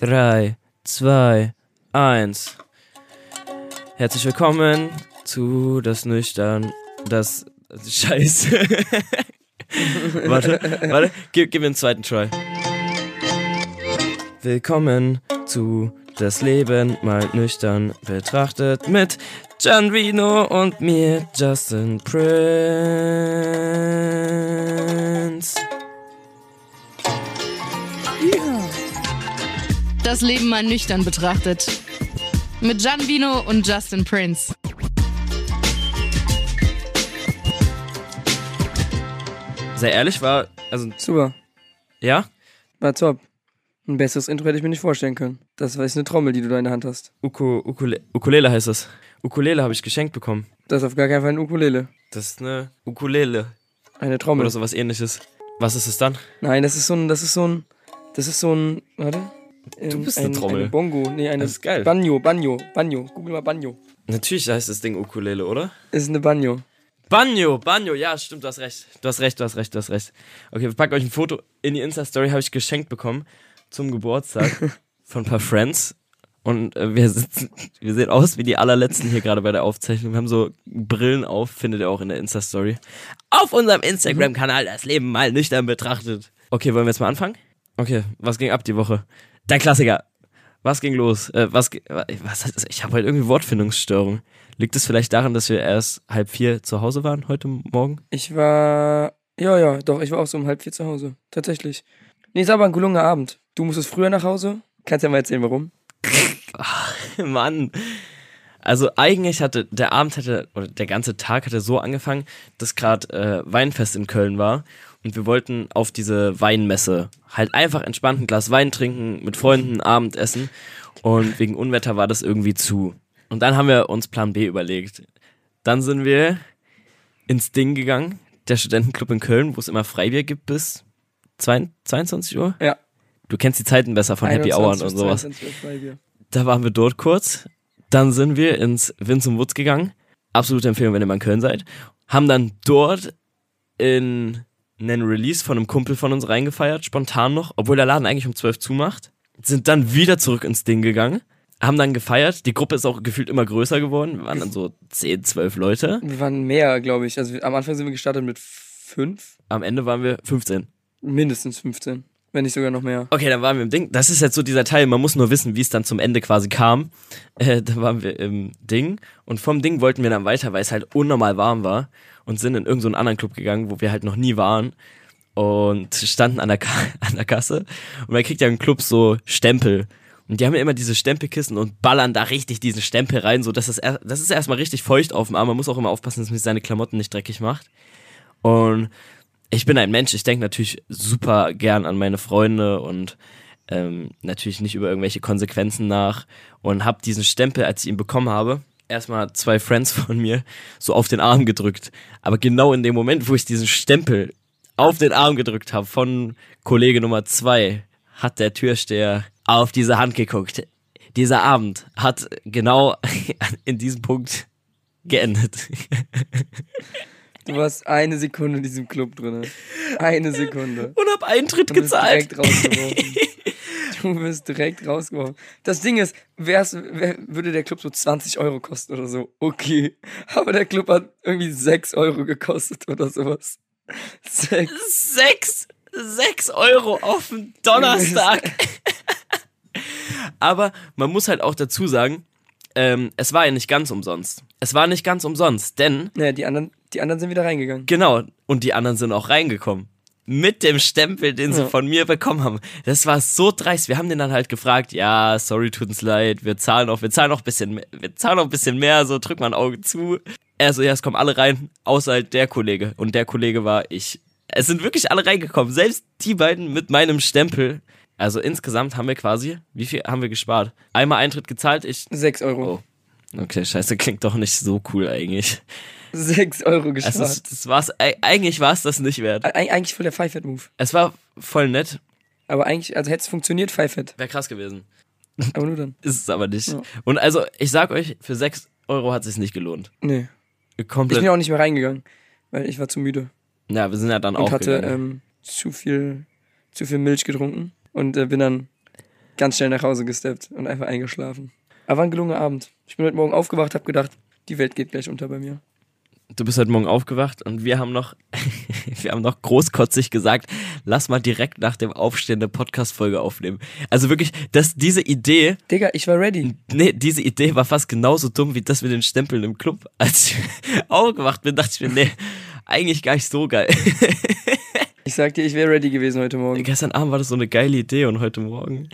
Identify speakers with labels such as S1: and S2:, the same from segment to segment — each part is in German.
S1: 3, 2, 1. Herzlich willkommen zu das Nüchtern, das Scheiße. warte, warte, gib, gib mir einen zweiten Try. Willkommen zu das Leben mal nüchtern betrachtet mit Gianvino und mir Justin Prince.
S2: Das Leben mal nüchtern betrachtet. Mit Gianvino und Justin Prince.
S1: Sehr ehrlich war, also
S3: Super.
S1: ja,
S3: War top. Ein besseres Intro hätte ich mir nicht vorstellen können. Das ist eine Trommel, die du da in der Hand hast.
S1: Uku, Ukule, Ukulele heißt das. Ukulele habe ich geschenkt bekommen.
S3: Das ist auf gar keinen Fall ein Ukulele.
S1: Das ist eine Ukulele
S3: Eine
S1: oder
S3: Trommel.
S1: sowas ähnliches. Was ist es dann?
S3: Nein, das ist so ein, das ist so ein, das ist so ein, warte. Ähm,
S1: bist eine
S3: ein,
S1: Trommel.
S3: Eine Bongo. Nee, eine
S1: Das ist geil.
S3: Banjo, Banjo, Banjo. Google mal Banjo.
S1: Natürlich heißt das Ding Ukulele, oder?
S3: Ist eine Banjo.
S1: Banjo, Banjo, ja, stimmt, du hast recht. Du hast recht, du hast recht, du hast recht. Okay, wir packen euch ein Foto in die Insta-Story, habe ich geschenkt bekommen zum Geburtstag von ein paar Friends. Und äh, wir sitzen, wir sehen aus wie die allerletzten hier gerade bei der Aufzeichnung. Wir haben so Brillen auf, findet ihr auch in der Insta-Story. Auf unserem Instagram-Kanal, das Leben mal nüchtern betrachtet. Okay, wollen wir jetzt mal anfangen? Okay, was ging ab die Woche? Der Klassiker. Was ging los? Äh, was, ge- wa- was, hat das- ich habe halt irgendwie Wortfindungsstörung. Liegt es vielleicht daran, dass wir erst halb vier zu Hause waren heute Morgen?
S3: Ich war, ja, ja, doch, ich war auch so um halb vier zu Hause. Tatsächlich. Nee, ist aber ein gelungener Abend. Du musstest früher nach Hause. Kannst ja mal erzählen, warum.
S1: Mann. Also eigentlich hatte der Abend hatte oder der ganze Tag hatte so angefangen, dass gerade äh, Weinfest in Köln war und wir wollten auf diese Weinmesse halt einfach entspannt ein Glas Wein trinken, mit Freunden Abend essen und wegen Unwetter war das irgendwie zu. Und dann haben wir uns Plan B überlegt. Dann sind wir ins Ding gegangen, der Studentenclub in Köln, wo es immer Freibier gibt bis 22 Uhr.
S3: Ja.
S1: Du kennst die Zeiten besser von Happy Hour und
S3: 21 bis
S1: sowas
S3: 22 Uhr frei Bier.
S1: da waren wir dort kurz. Dann sind wir ins Vincent Woods gegangen. Absolute Empfehlung, wenn ihr mal in Köln seid. Haben dann dort in einen Release von einem Kumpel von uns reingefeiert, spontan noch, obwohl der Laden eigentlich um 12 zumacht. Sind dann wieder zurück ins Ding gegangen. Haben dann gefeiert. Die Gruppe ist auch gefühlt immer größer geworden. Wir waren dann so 10, 12 Leute.
S3: Wir waren mehr, glaube ich. Also wir- am Anfang sind wir gestartet mit fünf,
S1: Am Ende waren wir 15.
S3: mindestens 15, wenn nicht sogar noch mehr.
S1: Okay, dann waren wir im Ding. Das ist jetzt so dieser Teil, man muss nur wissen, wie es dann zum Ende quasi kam. Äh, da waren wir im Ding und vom Ding wollten wir dann weiter, weil es halt unnormal warm war und sind in irgendeinen so einen anderen Club gegangen, wo wir halt noch nie waren und standen an der, Ka an der Kasse und man kriegt ja im Club so Stempel. Und die haben ja immer diese Stempelkissen und ballern da richtig diesen Stempel rein, so dass das, er das ist erstmal richtig feucht auf dem Arm. Man muss auch immer aufpassen, dass man seine Klamotten nicht dreckig macht. Und ich bin ein Mensch, ich denke natürlich super gern an meine Freunde und ähm, natürlich nicht über irgendwelche Konsequenzen nach und habe diesen Stempel, als ich ihn bekommen habe, erstmal zwei Friends von mir so auf den Arm gedrückt. Aber genau in dem Moment, wo ich diesen Stempel auf den Arm gedrückt habe von Kollege Nummer zwei, hat der Türsteher auf diese Hand geguckt. Dieser Abend hat genau in diesem Punkt geendet.
S3: Du warst eine Sekunde in diesem Club drin. Eine Sekunde.
S1: Und hab Eintritt
S3: Du bist
S1: gezahlt.
S3: direkt rausgeworfen. Du bist direkt rausgeworfen. Das Ding ist, wär's, wär, würde der Club so 20 Euro kosten oder so, okay. Aber der Club hat irgendwie 6 Euro gekostet oder sowas. Sechs.
S1: sechs, sechs Euro auf den Donnerstag. Aber man muss halt auch dazu sagen, ähm, es war ja nicht ganz umsonst. Es war nicht ganz umsonst, denn
S3: Naja, die anderen, die anderen sind wieder reingegangen.
S1: genau, und die anderen sind auch reingekommen. Mit dem Stempel, den sie
S3: Ja.
S1: von mir bekommen haben. Das war so dreist. Wir haben den dann halt gefragt, ja, sorry, tut uns leid, wir zahlen noch, wir zahlen noch ein bisschen, mehr- wir zahlen noch ein bisschen mehr, so drück mal ein Auge zu. Er so, ja, es kommen alle rein, außer halt der Kollege. Und der Kollege war ich. Es sind wirklich alle reingekommen, selbst die beiden mit meinem Stempel. Also insgesamt haben wir quasi, wie viel haben wir gespart? Einmal Eintritt gezahlt, ich.
S3: 6 Euro.
S1: Oh. Okay, scheiße, klingt doch nicht so cool eigentlich.
S3: 6 Euro
S1: Es
S3: gespart.
S1: ist, das war's, eig- eigentlich war es das nicht wert.
S3: Eig- eigentlich voll der Five-Head-Move.
S1: Es war voll nett,
S3: Aber eigentlich, also hätte es funktioniert, Pfeifett.
S1: wäre krass gewesen.
S3: Aber nur dann.
S1: Ist es aber nicht.
S3: Ja.
S1: Und also, ich sag euch, für 6 Euro hat es sich nicht gelohnt.
S3: Nee. Ich
S1: Komplett.
S3: bin auch nicht mehr reingegangen, weil ich war zu müde
S1: ja, wir sind ja dann
S3: und
S1: auch
S3: hatte
S1: gegangen.
S3: ähm, zu viel zu viel Milch getrunken und äh, bin dann ganz schnell nach Hause gesteppt und einfach eingeschlafen. Aber war ein gelungener Abend. Ich bin heute Morgen aufgewacht, habe gedacht, die Welt geht gleich unter bei mir.
S1: Du bist heute Morgen aufgewacht und wir haben noch, wir haben noch großkotzig gesagt, lass mal direkt nach dem Aufstehen eine Podcast-Folge aufnehmen. Also wirklich, dass diese Idee,
S3: Digga, ich war ready.
S1: nee, diese Idee war fast genauso dumm wie das mit den Stempeln im Club. Als ich aufgewacht bin, dachte ich mir, nee, eigentlich gar nicht so geil.
S3: Ich sag dir, ich wäre ready gewesen heute Morgen.
S1: Gestern Abend war das so eine geile Idee und heute Morgen,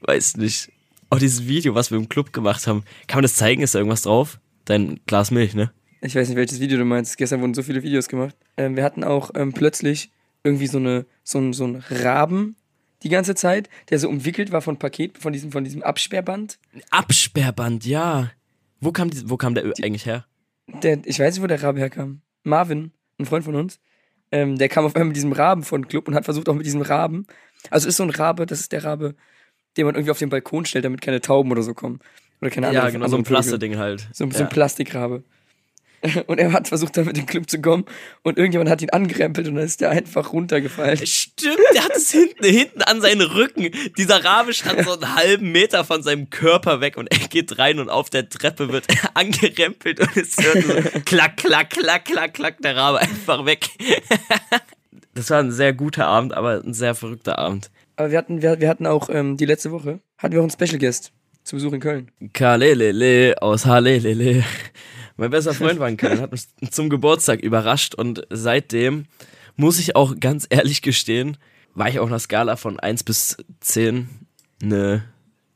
S1: weiß nicht. Auch dieses Video, was wir im Club gemacht haben, kann man das zeigen? Ist da irgendwas drauf? Dein Glas Milch, ne?
S3: Ich weiß nicht, welches Video du meinst. Gestern wurden so viele Videos gemacht. Ähm, wir hatten auch ähm, plötzlich irgendwie so, eine, so, einen, so einen Raben die ganze Zeit, der so umwickelt war von Paket, von diesem, von diesem Absperrband.
S1: Absperrband, ja. Wo kam, die, wo kam der eigentlich her?
S3: Der, ich weiß nicht, wo der Rabe herkam. Marvin, ein Freund von uns, ähm, der kam auf einmal mit diesem Raben von Club und hat versucht auch mit diesem Raben. Also ist so ein Rabe, das ist der Rabe, den man irgendwie auf den Balkon stellt, damit keine Tauben oder so kommen. Oder keine anderen.
S1: ja, genau, so
S3: anderen
S1: ein
S3: Vögel.
S1: Plasterding halt.
S3: So, ein- so
S1: ja.
S3: ein Plastikrabe. Und er hat versucht, damit in den Club zu kommen. Und irgendjemand hat ihn angerempelt und dann ist der einfach runtergefallen.
S1: Halt, Stimmt, der hat es hinten, hinten an seinen Rücken. Dieser Rabe stand so einen halben Meter von seinem Körper weg und er geht rein und auf der Treppe wird er angerempelt und es hört so klack, klack, klack, klack, klack, der Rabe einfach weg. Das war ein sehr guter Abend, aber ein sehr verrückter Abend.
S3: Aber wir hatten, wir, wir hatten auch ähm, die letzte Woche, hatten wir auch einen Special Guest zu Besuch in Köln.
S1: Kalelele aus Halelele. Mein bester Freund war in Köln, hat mich zum Geburtstag überrascht und seitdem muss ich auch ganz ehrlich gestehen, war ich auf einer Skala von 1 bis 10 eine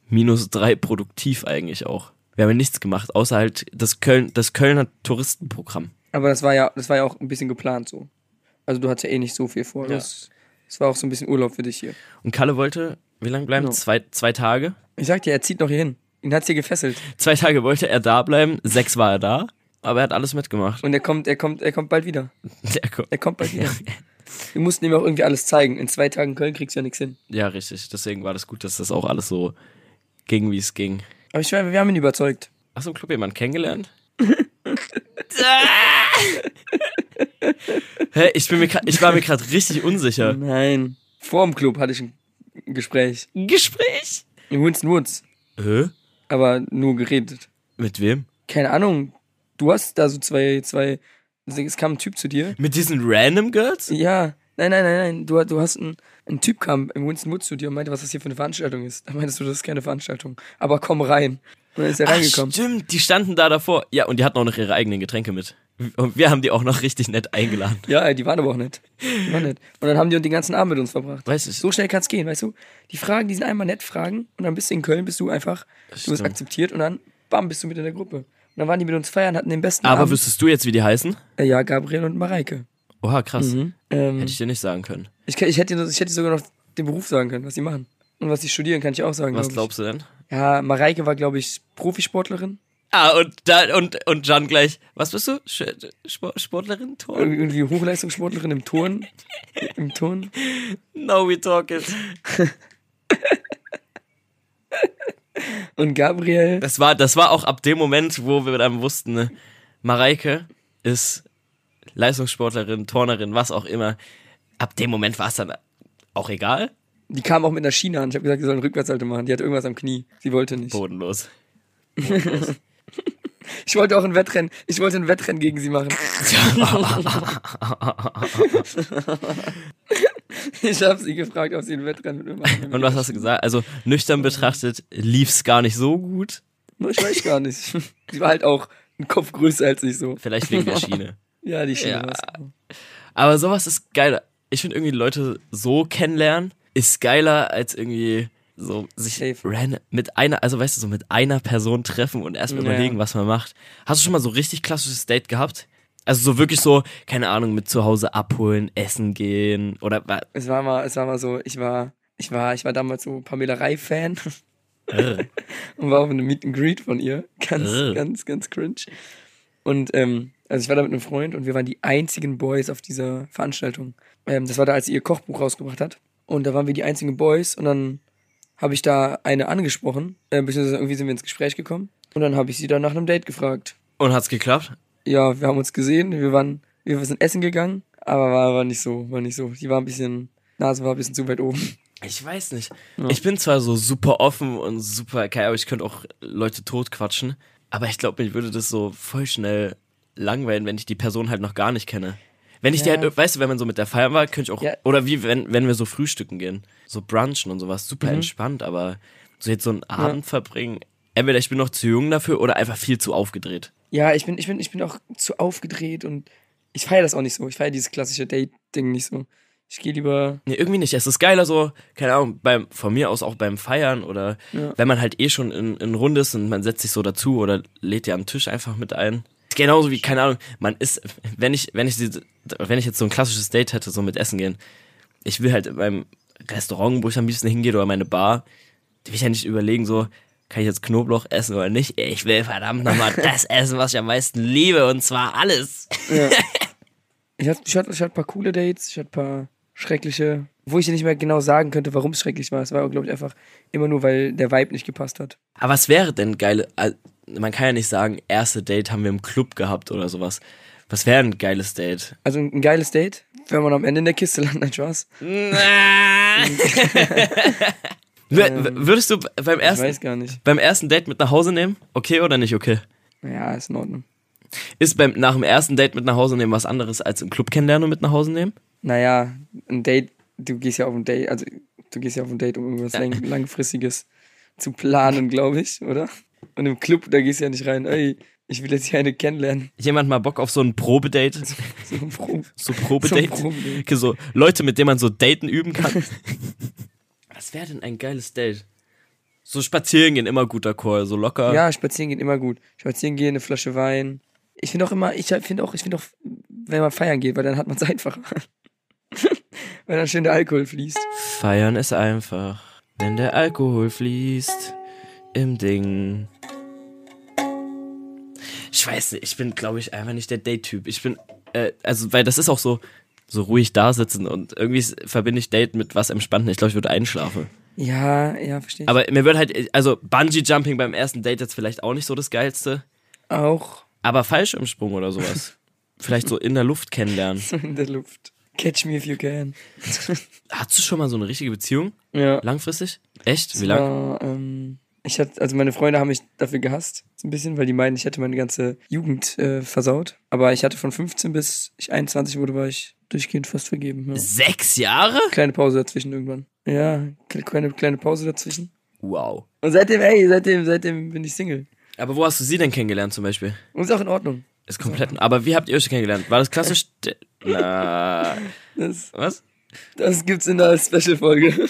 S1: minus 3 produktiv eigentlich auch. Wir haben ja nichts gemacht, außer halt das Köln, das Kölner Touristenprogramm.
S3: Aber das war ja, das war ja auch ein bisschen geplant so. Also du hattest ja eh nicht so viel vor.
S1: Ja.
S3: Das, das war auch so ein bisschen Urlaub für dich hier.
S1: Und Kalle wollte, wie lange bleiben?
S3: Ja.
S1: Zwei, zwei Tage?
S3: Ich sag dir, er zieht noch hier hin. Ihn hat's hier gefesselt.
S1: Zwei Tage wollte er da bleiben, sechs war er da, aber er hat alles mitgemacht.
S3: Und er kommt, er kommt, er kommt bald wieder.
S1: Der kommt-
S3: Er kommt bald wieder. Wir mussten ihm auch irgendwie alles zeigen. In zwei Tagen Köln kriegst du ja nichts hin.
S1: Ja, richtig. Deswegen war das gut, dass das auch alles so ging, wie es ging.
S3: Aber ich schwöre, wir haben ihn überzeugt.
S1: Hast du im Club jemanden kennengelernt? Hä, ich, bin mir grad, ich war mir gerade richtig unsicher.
S3: Nein. Vor dem Club hatte ich ein Gespräch.
S1: Gespräch?
S3: In Winston Woods.
S1: Hä?
S3: Aber nur geredet.
S1: Mit wem?
S3: Keine Ahnung. Du hast da so zwei, zwei. Es kam ein Typ zu dir.
S1: Mit diesen random Girls?
S3: Ja. Nein, nein, nein, nein. Du, du hast einen, ein Typ kam im Winston Woods zu dir und meinte, was das hier für eine Veranstaltung ist. Da meintest du, das ist keine Veranstaltung. Aber komm rein. Und dann ist er
S1: Ach,
S3: reingekommen.
S1: stimmt, die standen da davor. Ja, und die hatten auch noch ihre eigenen Getränke mit. Und wir haben die auch noch richtig nett eingeladen.
S3: Ja, die waren aber auch nett. Die waren nett. Und dann haben die den ganzen Abend mit uns verbracht.
S1: Weiß ich.
S3: So schnell kann's gehen, weißt du? Die Fragen, die sind einmal nett Fragen und dann bist du in Köln, bist du einfach, du wirst
S1: stimmt.
S3: akzeptiert und dann, bam, bist du mit in der Gruppe. Und dann waren die mit uns feiern, hatten den besten
S1: Aber
S3: Abend.
S1: wüsstest du jetzt, wie die heißen?
S3: Äh, Ja, Gabriel und Mareike.
S1: Oha, krass.
S3: Ähm,
S1: Mhm. Hätte ich dir nicht sagen können.
S3: ich, kann- ich, hätte, ich hätte sogar noch den Beruf sagen können, was sie machen. Und was sie studieren, kann ich auch sagen.
S1: Was
S3: glaub
S1: glaubst du denn?
S3: ich. Ja, Mareike war, glaube ich, Profisportlerin.
S1: Ah, und da, und, und Jan gleich. Was bist du? Sch Spor- Sportlerin? Tor?
S3: Irgendwie irgendwie Hochleistungssportlerin im Turn. Im Turn.
S1: No, we talking.
S3: Und Gabriel.
S1: Das war, das war auch ab dem Moment, wo wir dann wussten, ne, Mareike ist Leistungssportlerin, Turnerin, was auch immer. Ab dem Moment war es dann auch egal.
S3: Die kam auch mit einer Schiene an. Ich habe gesagt, die sollen Rückwärtshalte machen. Die hat irgendwas am Knie. Sie wollte nicht.
S1: Bodenlos.
S3: Ich wollte auch ein Wettrennen. Ich wollte ein Wettrennen gegen sie machen. ich habe sie gefragt, ob sie ein Wettrennen mit mir machen will.
S1: Und was hast du gesagt? Also nüchtern betrachtet lief's gar nicht so gut.
S3: Ich weiß gar nicht. Sie war halt auch ein Kopf größer als ich so.
S1: Vielleicht wegen der Schiene.
S3: Ja, die Schiene
S1: Ja.
S3: war's.
S1: Aber sowas ist geiler. Ich finde irgendwie Leute so kennenlernen ist geiler als irgendwie so sich
S3: Safe.
S1: ran mit einer, also weißt du, so mit einer Person treffen und erstmal
S3: Ja.
S1: überlegen, was man macht. Hast du schon mal so richtig klassisches Date gehabt? Also so wirklich so, keine Ahnung, mit zu Hause abholen, essen gehen oder wa-
S3: Es war mal, es war mal so, ich war, ich war, ich war damals so Pamela Reif-Fan
S1: äh,
S3: und war auf einem Meet and Greet von ihr. Ganz,
S1: Äh.
S3: ganz, ganz cringe. Und ähm, also ich war da mit einem Freund und wir waren die einzigen Boys auf dieser Veranstaltung. Ähm, das war da, als sie ihr Kochbuch rausgebracht hat. Und da waren wir die einzigen Boys und dann habe ich da eine angesprochen, äh, beziehungsweise irgendwie sind wir ins Gespräch gekommen. Und dann habe ich sie dann nach einem Date gefragt.
S1: und hat's geklappt?
S3: Ja, wir haben uns gesehen, wir waren, wir sind essen gegangen, aber war, war nicht so, war nicht so. Die war ein bisschen, Nase war ein bisschen zu weit oben.
S1: Ich weiß nicht. Ich bin zwar so super offen und super, keine Ahnung, ich könnte auch Leute totquatschen, aber ich glaube, mich würde das so voll schnell langweilen, wenn ich die Person halt noch gar nicht kenne. Wenn ich
S3: Ja.
S1: die halt, weißt du, wenn man so mit der Feier war, könnte ich auch,
S3: Ja.
S1: oder wie, wenn, wenn wir so frühstücken gehen, so brunchen und sowas, super
S3: Mhm.
S1: entspannt, aber so jetzt so einen Abend verbringen, entweder ich bin noch zu jung dafür oder einfach viel zu aufgedreht.
S3: Ja, ich bin, ich bin, ich bin auch zu aufgedreht und ich feiere das auch nicht so. Ich feiere dieses klassische Date-Ding nicht so. Ich gehe lieber.
S1: Nee, irgendwie nicht. Es ist geiler so, keine Ahnung, beim, von mir aus auch beim Feiern oder wenn man halt eh schon in, in Runde ist und man setzt sich so dazu oder lädt ja am Tisch einfach mit ein. Genauso wie, keine Ahnung, man ist, wenn ich, wenn ich, die- wenn ich jetzt so ein klassisches Date hätte, so mit Essen gehen, ich will halt in meinem Restaurant, wo ich am liebsten hingehe oder meine Bar, da will ich ja nicht überlegen, so, kann ich jetzt Knoblauch essen oder nicht? Ich will verdammt nochmal das essen, was ich am meisten liebe und zwar alles.
S3: Ich hatte, ich, hatte, ich hatte ein paar coole Dates, ich hatte ein paar schreckliche, wo ich dir nicht mehr genau sagen könnte, warum es schrecklich war. Es war, glaube ich, einfach immer nur, weil der Vibe nicht gepasst hat.
S1: Aber was wäre denn geile, al- man kann ja nicht sagen, erste Date haben wir im Club gehabt oder sowas. Was wäre ein geiles Date?
S3: Also ein ein geiles Date, wenn man am Ende in der Kiste landet, nein, Spaß.
S1: W- w- Würdest du beim
S3: Ich
S1: ersten,
S3: weiß gar nicht.
S1: beim ersten Date mit nach Hause nehmen? Okay oder nicht okay?
S3: Ja, ist in Ordnung.
S1: Ist beim, nach dem ersten Date mit nach Hause nehmen was anderes als im Club kennenlernen und mit nach Hause nehmen?
S3: Naja, ein Date, du gehst ja auf ein Date, also du gehst ja auf ein Date, um irgendwas lang, Langfristiges zu planen, glaube ich, oder? Und im Club, da gehst du ja nicht rein, ey, ich will jetzt hier eine kennenlernen.
S1: Jemand mal Bock auf so ein Probedate?
S3: So ein Pro-
S1: So Probedate?
S3: So ein Probedate.
S1: Okay, so Leute, mit denen man so daten üben kann. was wäre denn ein geiles Date? So spazieren gehen, immer guter Call, so locker.
S3: Ja, spazieren gehen immer gut. Spazieren gehen, eine Flasche Wein. Ich finde auch immer, ich finde auch, ich finde auch, wenn man feiern geht, weil dann hat man es einfacher. weil dann schön der Alkohol fließt.
S1: Feiern ist einfach, wenn der Alkohol fließt im Ding. Ich weiß nicht, ich bin, glaube ich, einfach nicht der Date-Typ. Ich bin, äh, also, weil das ist auch so, so ruhig da sitzen und irgendwie s- verbinde ich Date mit was Entspannten. Ich glaube, ich würde einschlafen.
S3: Ja, ja, verstehe ich.
S1: Aber mir wird halt, also Bungee-Jumping beim ersten Date jetzt vielleicht auch nicht so das Geilste.
S3: auch
S1: Aber Fallschirmsprung oder sowas. vielleicht so in der Luft kennenlernen.
S3: so in der Luft. Catch me if you can.
S1: Hattest du schon mal so eine richtige Beziehung?
S3: ja.
S1: Langfristig? Echt? Wie lange?
S3: War, ähm, ich hatte, also meine Freunde haben mich dafür gehasst, so ein bisschen, weil die meinen, ich hätte meine ganze Jugend äh, versaut. Aber ich hatte von 15 bis ich 21 wurde, war ich durchgehend fast vergeben. Ja.
S1: Sechs Jahre?
S3: Kleine Pause dazwischen irgendwann. Ja, kleine, kleine Pause dazwischen.
S1: Wow.
S3: Und seitdem, ey, seitdem, seitdem bin ich Single.
S1: Aber wo hast du sie denn kennengelernt zum Beispiel?
S3: Und ist auch in Ordnung.
S1: Ist komplett. Aber wie habt ihr euch kennengelernt? War das klassisch? De- Na,
S3: Äh. Das,
S1: was?
S3: das gibt's in der Special-Folge.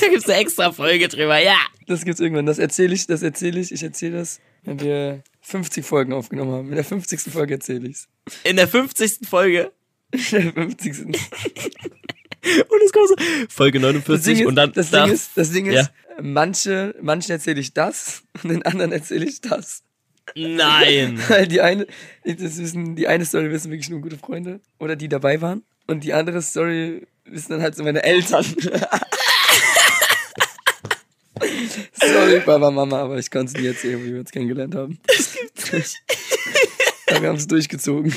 S1: da gibt's eine extra Folge drüber, ja.
S3: Das gibt's irgendwann. Das erzähle ich, das erzähle ich, ich erzähle das, wenn wir 50 Folgen aufgenommen haben. In der 50. Folge erzähle ich's.
S1: In der 50. Folge.
S3: In der 50.
S1: Und es kommt so. Folge
S3: Das Ding
S1: 49
S3: ist,
S1: und dann.
S3: das
S1: da-
S3: Ding ist, das Ding ist
S1: Ja.
S3: manche, manchen erzähle ich das und den anderen erzähle ich das.
S1: Nein.
S3: Weil die eine, das wissen, die eine Story wissen wirklich nur gute Freunde oder die dabei waren. Und die andere Story wissen dann halt so meine Eltern. Sorry, Papa, Mama, aber ich kann es dir erzählen, wie wir uns kennengelernt haben. Das gibt's nicht. Aber wir haben es durchgezogen.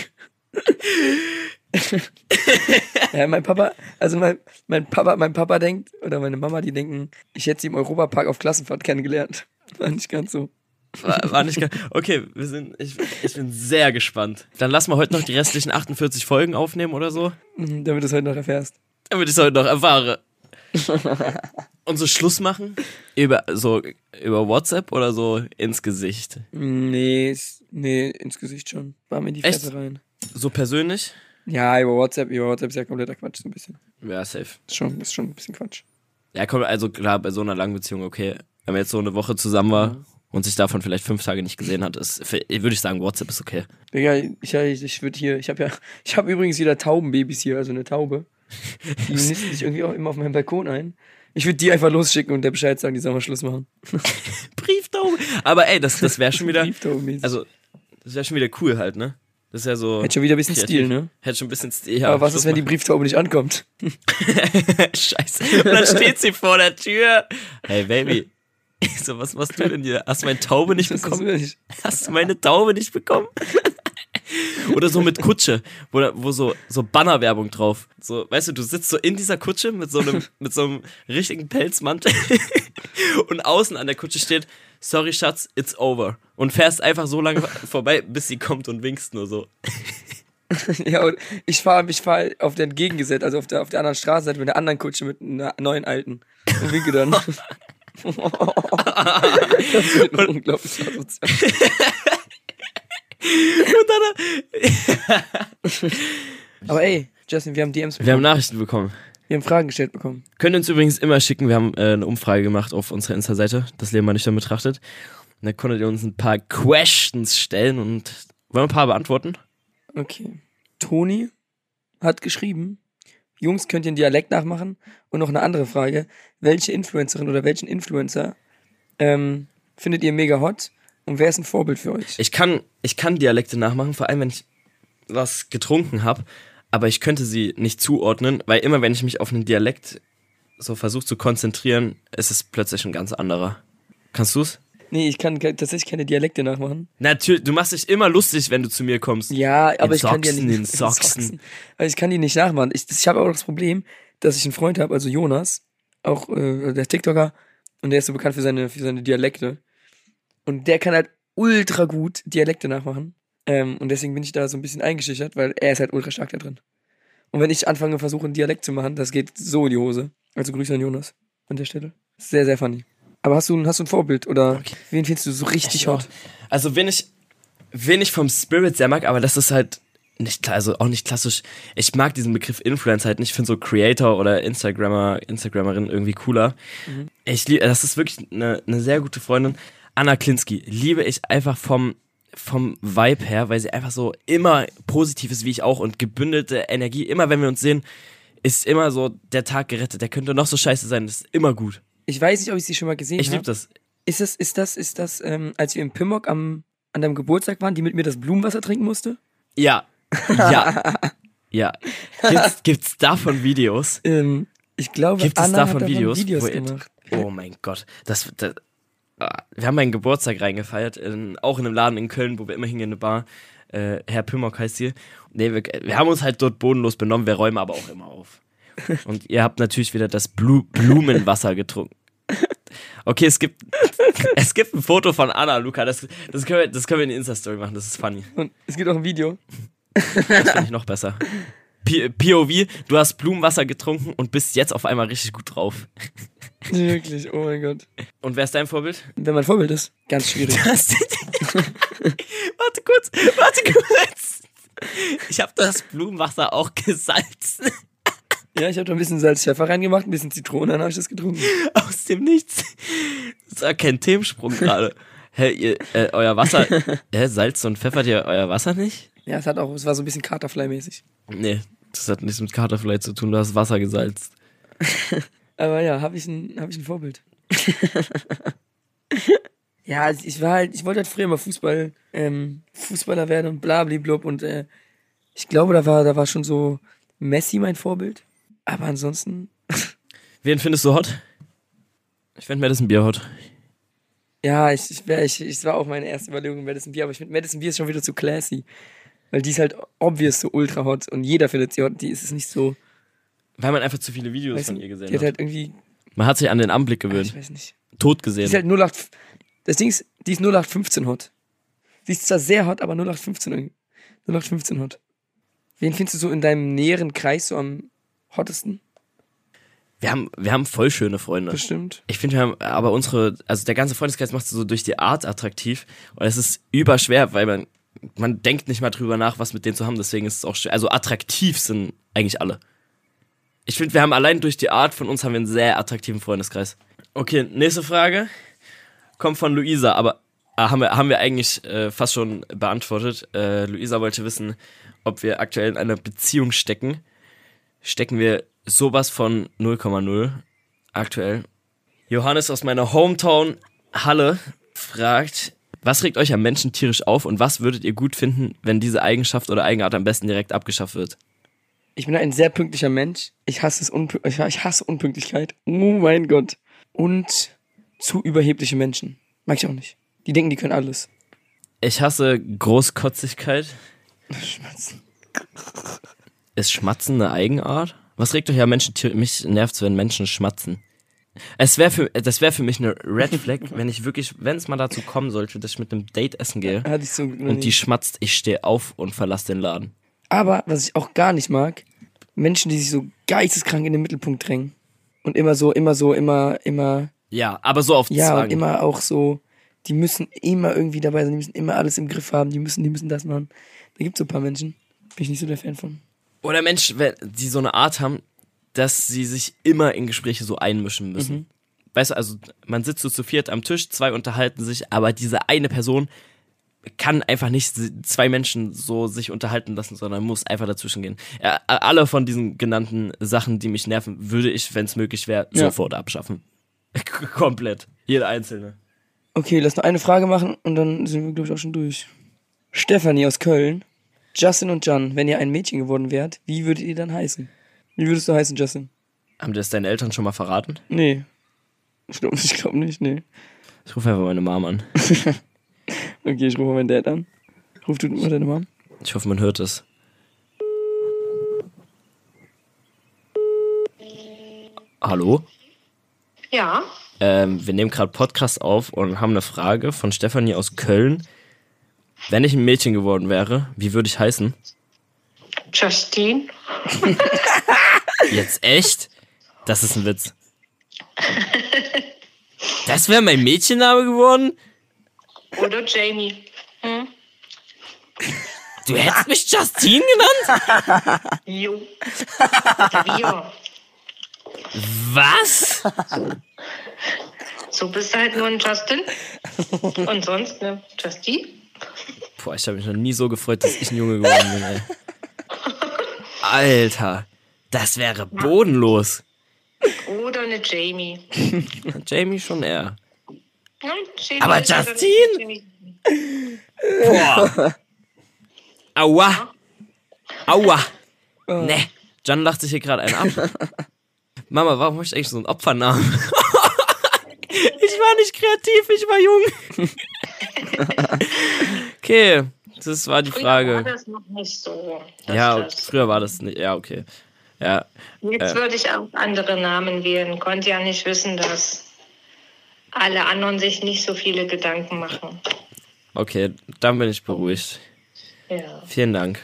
S3: ja, mein Papa, also mein, mein Papa, mein Papa denkt, oder meine Mama, die denken, ich hätte sie im Europapark auf Klassenfahrt kennengelernt. War nicht ganz so.
S1: War, war nicht geil. Okay, wir sind. Ich, ich bin sehr gespannt. Dann lassen wir heute noch die restlichen 48 Folgen aufnehmen oder so.
S3: Mhm, Damit du es heute noch erfährst.
S1: Damit ich es heute noch erfahre. Und so Schluss machen? Über, so, über WhatsApp oder so ins Gesicht?
S3: Nee, ist- nee, ins Gesicht schon. War mir in die
S1: Echt?
S3: Fresse rein.
S1: So persönlich?
S3: Ja, über WhatsApp, über WhatsApp ist ja kompletter Quatsch, so ein bisschen.
S1: Ja, safe.
S3: Ist schon, ist schon ein bisschen Quatsch.
S1: Ja, komm, also klar, bei so einer langen Beziehung, okay. Wenn man jetzt so eine Woche zusammen war und sich davon vielleicht fünf Tage nicht gesehen hat, ist, f- würde ich sagen, WhatsApp ist okay.
S3: Digga, ich, ich, ich würde hier, ich habe ja, ich habe übrigens wieder Taubenbabys hier, also eine Taube. Die nisten sich irgendwie auch immer auf meinem Balkon ein. Ich würde die einfach losschicken und der Bescheid sagen, die sollen mal Schluss machen.
S1: Brieftaube. Aber ey, das, das wäre schon wieder,
S3: Brieftaubenmäßig.
S1: also, das wäre schon wieder cool halt, ne? Das ist ja so.
S3: Hätte schon wieder ein bisschen
S1: kreativ.
S3: Stil, ne?
S1: Hätte schon ein bisschen Stil. Ja,
S3: Aber was ist, wenn die Brieftaube nicht ankommt?
S1: die. Scheiße. Und dann steht sie vor der Tür. Hey, Baby. So, was machst du denn hier? Hast du meine Taube nicht
S3: Das ist
S1: bekommen?
S3: wirklich-
S1: Hast du meine Taube nicht bekommen? Oder so mit Kutsche, wo, da- wo so, so Bannerwerbung drauf. So, weißt du, du sitzt so in dieser Kutsche mit so einem, mit so einem richtigen Pelzmantel und außen an der Kutsche steht, sorry Schatz, it's over. Und fährst einfach so lange vorbei, bis sie kommt und winkst nur so.
S3: Ja, und ich fahre ich fahr auf der entgegengesetzt, also auf der, auf der anderen Straßenseite mit der anderen Kutsche mit einer neuen alten. Und winke dann. das wird ein unglaublich asozial. Aber ey, Justin, wir haben DMs
S1: Wir haben
S3: bekommen.
S1: Nachrichten bekommen.
S3: Wir haben Fragen gestellt bekommen.
S1: Könnt ihr uns übrigens immer schicken. Wir haben äh, eine Umfrage gemacht auf unserer Insta-Seite, das Leben mal nüchtern betrachtet. Und da konntet ihr uns ein paar Questions stellen und wollen wir ein paar beantworten?
S3: Okay. Toni hat geschrieben, Jungs, könnt ihr einen Dialekt nachmachen? Und noch eine andere Frage, welche Influencerin oder welchen Influencer ähm, findet ihr mega hot? Und wer ist ein Vorbild für euch?
S1: Ich kann, ich kann Dialekte nachmachen, vor allem wenn ich was getrunken habe, aber ich könnte sie nicht zuordnen, weil immer wenn ich mich auf einen Dialekt so versuche zu konzentrieren, ist es plötzlich ein ganz anderer. Kannst du's?
S3: Nee, ich kann ke- tatsächlich keine Dialekte nachmachen.
S1: Natürlich, du machst dich immer lustig, wenn du zu mir kommst.
S3: Ja, aber ich kann die ja
S1: Sachsen,
S3: nicht
S1: in Sachsen.
S3: Aber ich kann die nicht nachmachen. Ich, ich habe auch das Problem, dass ich einen Freund habe, also Jonas, auch äh, der TikToker, und der ist so bekannt für seine, für seine Dialekte. Und der kann halt ultra gut Dialekte nachmachen. Ähm, und deswegen bin ich da so ein bisschen eingeschüchtert, weil er ist halt ultra stark da drin. Und wenn ich anfange, versuche, einen Dialekt zu machen, das geht so in die Hose. Also Grüße an Jonas an der Stelle. Sehr, sehr funny. Aber hast du, ein- hast du ein Vorbild oder
S1: Okay.
S3: wen findest du so richtig hot?
S1: Also wen ich, wen ich vom Spirit sehr mag, aber das ist halt nicht klar, also auch nicht klassisch. Ich mag diesen Begriff Influencer halt nicht. Ich finde so Creator oder Instagrammer, Instagrammerin irgendwie cooler. Ich liebe, das ist wirklich eine, eine sehr gute Freundin. Anna Klinski liebe ich einfach vom vom Vibe her, weil sie einfach so immer positiv ist wie ich auch und gebündelte Energie. Immer wenn wir uns sehen, ist immer so der Tag gerettet. Der könnte noch so scheiße sein, das ist immer gut.
S3: Ich weiß nicht, ob ich sie schon mal gesehen
S1: Ich
S3: habe.
S1: liebe das.
S3: Ist das, ist das, ist das, ähm, als wir im Pimmock am, an deinem Geburtstag waren, die mit mir das Blumenwasser trinken musste?
S1: Ja. Ja. ja. Gibt's, gibt's davon Videos?
S3: Ähm, ich glaube,
S1: Gibt es
S3: Anna
S1: davon
S3: hat davon
S1: Videos?
S3: Videos
S1: Wo ihr-
S3: gemacht.
S1: Oh mein Gott. Das, das, ah, wir haben meinen Geburtstag reingefeiert, in, auch in einem Laden in Köln, wo wir immer hingehen, eine Bar. Äh, Herr Pimmock heißt hier. Nee, wir, wir haben uns halt dort bodenlos benommen, wir räumen aber auch immer auf. Und ihr habt natürlich wieder das Blu Blumenwasser getrunken. Okay, es gibt, es gibt ein Foto von Anna, Luca. Das, das, können, wir, das können wir in die Insta-Story machen, das ist funny.
S3: Und es gibt auch ein Video.
S1: Das finde ich noch besser. P POV, du hast Blumenwasser getrunken und bist jetzt auf einmal richtig gut drauf.
S3: Wirklich, oh mein Gott.
S1: Und wer ist dein Vorbild?
S3: Wenn mein Vorbild ist, ganz schwierig.
S1: warte kurz, warte kurz. Ich habe das Blumenwasser auch gesalzen.
S3: ja, ich habe da ein bisschen Salzpfeffer reingemacht, ein bisschen Zitrone, dann habe ich das getrunken.
S1: Aus dem Nichts. Das war kein Themensprung gerade. Hä, ihr, äh, euer Wasser, hä, salzt und pfeffert ihr euer Wasser nicht?
S3: Ja, es hat auch, es war so ein bisschen Caterfly-mäßig.
S1: Nee, das hat nichts mit Katerfleisch zu tun, du hast Wasser gesalzt.
S3: Aber ja, habe ich, ein- hab ich ein Vorbild. ja, also ich war halt, ich wollte halt früher mal Fußball, ähm, Fußballer werden und blablablub und äh, ich glaube, da war, da war schon so Messi mein Vorbild. Aber ansonsten,
S1: Wen findest du hot? Ich find Madison Bier hot.
S3: ja, ich, ich, wär, ich, ich das war auch meine erste Überlegung Madison Beer, aber ich finde Madison Beer ist schon wieder zu classy. Weil die ist halt obvious so ultra hot und jeder findet sie hot, die ist es nicht so.
S1: Weil man einfach zu viele Videos
S3: Weißt
S1: von
S3: du,
S1: ihr
S3: Die
S1: gesehen
S3: hat
S1: hat.
S3: halt irgendwie,
S1: Man hat sich an den Anblick
S3: ich
S1: gewöhnt.
S3: weiß nicht.
S1: Tot
S3: Die
S1: gesehen.
S3: ist halt 08. Das Ding ist, die ist 0815 hot. Die ist zwar sehr hot, aber 0815 irgendwie. 0815 hot. Wen findest du so in deinem näheren Kreis so am hottesten?
S1: wir, haben, wir haben voll schöne Freunde.
S3: Bestimmt.
S1: Ich finde, wir haben aber unsere, also der ganze Freundeskreis macht so durch die Art attraktiv. Und es ist überschwer, weil man, man denkt nicht mal drüber nach, was mit denen zu haben. Deswegen ist es auch schwer. Also attraktiv sind eigentlich alle. Ich finde, wir haben allein durch die Art von uns haben wir einen sehr attraktiven Freundeskreis. Okay, nächste Frage kommt von Luisa, aber äh, haben wir, haben wir eigentlich äh, fast schon beantwortet. Äh, Luisa wollte wissen, ob wir aktuell in einer Beziehung stecken. Stecken wir sowas von 0,0 aktuell. Johannes aus meiner Hometown Halle fragt, was regt euch am Menschen tierisch auf und was würdet ihr gut finden, wenn diese Eigenschaft oder Eigenart am besten direkt abgeschafft wird?
S3: Ich bin ein sehr pünktlicher Mensch. Ich hasse, es unpü ich ich hasse Unpünktlichkeit. Oh mein Gott. Und zu überhebliche Menschen. Mag ich auch nicht. Die denken, die können alles.
S1: Ich hasse Großkotzigkeit.
S3: Schmerzen.
S1: Ist Schmatzen eine Eigenart? Was regt euch ja Menschen, tier- mich nervt's, wenn Menschen schmatzen. Es wäre für, das wäre für mich eine Red Flag, wenn ich wirklich, wenn es mal dazu kommen sollte, dass ich mit einem Date essen gehe
S3: Hatte ich so
S1: und die schmatzt, ich stehe auf und verlasse den Laden.
S3: Aber was ich auch gar nicht mag, Menschen, die sich so geisteskrank in den Mittelpunkt drängen. Und immer so, immer so, immer, immer,
S1: Ja, aber so auf
S3: ja,
S1: Zwang.
S3: und immer auch so, die müssen immer irgendwie dabei sein, die müssen immer alles im Griff haben, die müssen, die müssen das machen. Da gibt's so ein paar Menschen, bin ich nicht so der Fan von.
S1: Oder Menschen, wenn- die so eine Art haben, dass sie sich immer in Gespräche so einmischen müssen. Weißt du, also man sitzt so zu viert am Tisch, zwei unterhalten sich, aber diese eine Person kann einfach nicht si- zwei Menschen so sich unterhalten lassen, sondern muss einfach dazwischen gehen. Ja, a- alle von diesen genannten Sachen, die mich nerven, würde ich, wenn es möglich wäre,
S3: Ja.
S1: sofort abschaffen. K- Komplett. Jede einzelne.
S3: Okay, lass noch eine Frage machen und dann sind wir, glaube ich, auch schon durch. Stefanie aus Köln. Justin und Jan, wenn ihr ein Mädchen geworden wärt, wie würdet ihr dann heißen? Wie würdest du heißen, Justin?
S1: Haben dir das deine Eltern schon mal verraten?
S3: Nee. Ich glaube ich glaub nicht, nee.
S1: Ich rufe einfach meine Mom an.
S3: Okay, ich rufe meinen Dad an. Ruf du mal deine Mom.
S1: Ich hoffe, man hört es. Hallo?
S4: Ja,
S1: Ähm, wir nehmen gerade Podcast auf und haben eine Frage von Stefanie aus Köln. Wenn ich ein Mädchen geworden wäre, wie würde ich heißen?
S4: Justine.
S1: Jetzt echt? Das ist ein Witz. Das wäre mein Mädchenname geworden?
S4: Oder Jamie. Hm?
S1: Du hättest mich Justine genannt?
S4: Jo. Wir.
S1: Was?
S4: So bist du halt nur ein Justin. Und sonst, ne? Justine?
S1: Boah, ich habe mich noch nie so gefreut, dass ich ein Junge geworden bin, ey. Alter, das wäre bodenlos.
S4: Oder eine Jamie.
S1: Jamie schon eher.
S4: Nein, Jamie
S1: Aber
S4: ist ja dann-
S1: Justine?
S4: Jamie.
S1: Boah. Aua. Aua. Ne. Jan lacht sich hier gerade einen ab. Mama, warum hab ich eigentlich so einen Opfernamen? ich war nicht kreativ, ich war jung. okay, das war die
S4: Früher
S1: Frage.
S4: War das noch nicht so. dass
S1: Ja, Äh.
S4: das-
S1: früher war das nicht. Ja, okay. Ja,
S4: Jetzt würde ich auch andere Namen wählen. Konnte ja nicht wissen, dass alle anderen sich nicht so viele Gedanken machen.
S1: okay, dann bin ich beruhigt.
S4: Ja.
S1: Vielen Dank.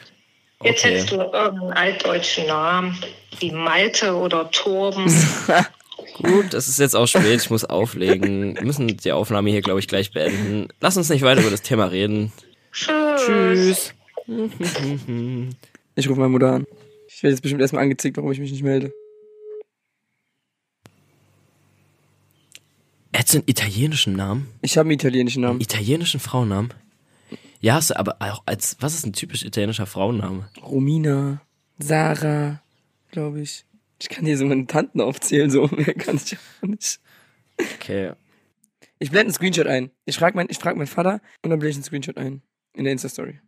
S4: Jetzt
S1: Okay.
S4: hättest du irgendeinen altdeutschen Namen wie Malte oder Torben.
S1: Gut, es ist jetzt auch spät, ich muss auflegen. Wir müssen die Aufnahme hier, glaube ich, gleich beenden. Lass uns nicht weiter über das Thema reden.
S4: Tschüss.
S1: Tschüss.
S3: Ich rufe meine Mutter an. Ich werde jetzt bestimmt erstmal angezickt, warum ich mich nicht melde.
S1: Hättest du einen italienischen Namen?
S3: Ich habe einen italienischen
S1: Einen
S3: Namen.
S1: italienischen Frauennamen? Ja, hast du aber auch als. Was ist ein typisch italienischer Frauenname?
S3: Romina, Sarah, glaube ich. Ich kann hier so meine Tanten aufzählen, so mehr kann ich auch nicht.
S1: Okay.
S3: Ich blende einen Screenshot ein. Ich frage mein, ich frag meinen Vater und dann blende ich einen Screenshot ein. In der Insta-Story.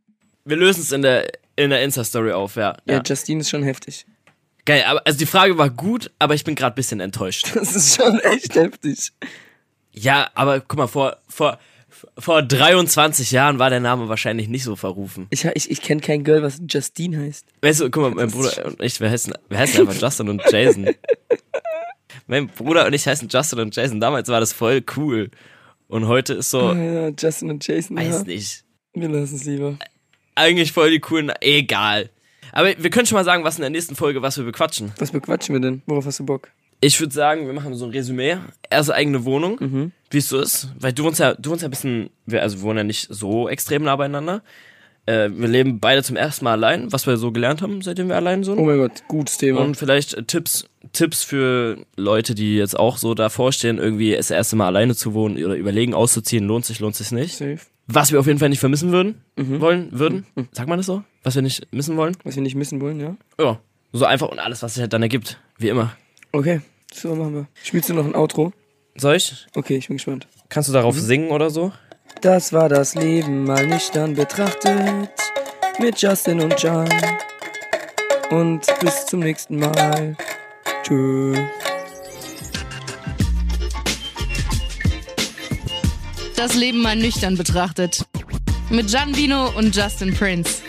S1: Wir lösen es in der, in der Insta-Story auf, ja.
S3: Ja.
S1: ja.
S3: Justine ist schon heftig.
S1: Geil, aber also die Frage war gut, aber ich bin gerade ein bisschen enttäuscht.
S3: Das ist schon echt heftig.
S1: Ja, aber guck mal, vor, vor, vor 23 Jahren war der Name wahrscheinlich nicht so verrufen.
S3: Ich, ich, ich kenne kein Girl, was Justine heißt.
S1: Weißt du, guck mal, mein Bruder und ich, wir heißen, wir heißen einfach Justin und Jason. Mein Bruder und ich heißen Justin und Jason. Damals war das voll cool. Und heute ist so,
S3: Ja, Justin und Jason. Ja.
S1: weiß nicht.
S3: Wir lassen es lieber.
S1: Eigentlich voll die coolen, egal. Aber wir können schon mal sagen, was in der nächsten Folge, was wir bequatschen.
S3: Was bequatschen wir denn? Worauf hast du Bock?
S1: Ich würde sagen, wir machen so ein Resümee. Erste eigene Wohnung, wie es so ist. Weil du wohnst ja, du wohnst ja ein bisschen, wir, also wir wohnen ja nicht so extrem nah beieinander. Äh, wir leben beide zum ersten Mal allein, was wir so gelernt haben, seitdem wir allein sind.
S3: Oh mein Gott, gutes Thema.
S1: Und vielleicht äh, Tipps, Tipps für Leute, die jetzt auch so davor stehen, irgendwie das erste Mal alleine zu wohnen oder überlegen, auszuziehen, lohnt sich, lohnt sich nicht.
S3: Safe.
S1: Was wir auf jeden Fall nicht vermissen würden, wollen, würden, sagt man das so? Was wir nicht missen wollen?
S3: Was wir nicht missen wollen, ja?
S1: Ja, so einfach und alles, was sich halt dann ergibt, wie immer.
S3: Okay, so machen wir. Spielst du noch ein Outro?
S1: Soll ich?
S3: Okay, ich bin gespannt.
S1: Kannst du darauf singen oder so?
S3: Das war das Leben mal nüchtern betrachtet mit Justin und Jan. Und bis zum nächsten Mal. Tschüss.
S2: Das Leben mal nüchtern betrachtet. Mit Gian Vino und Justin Prince.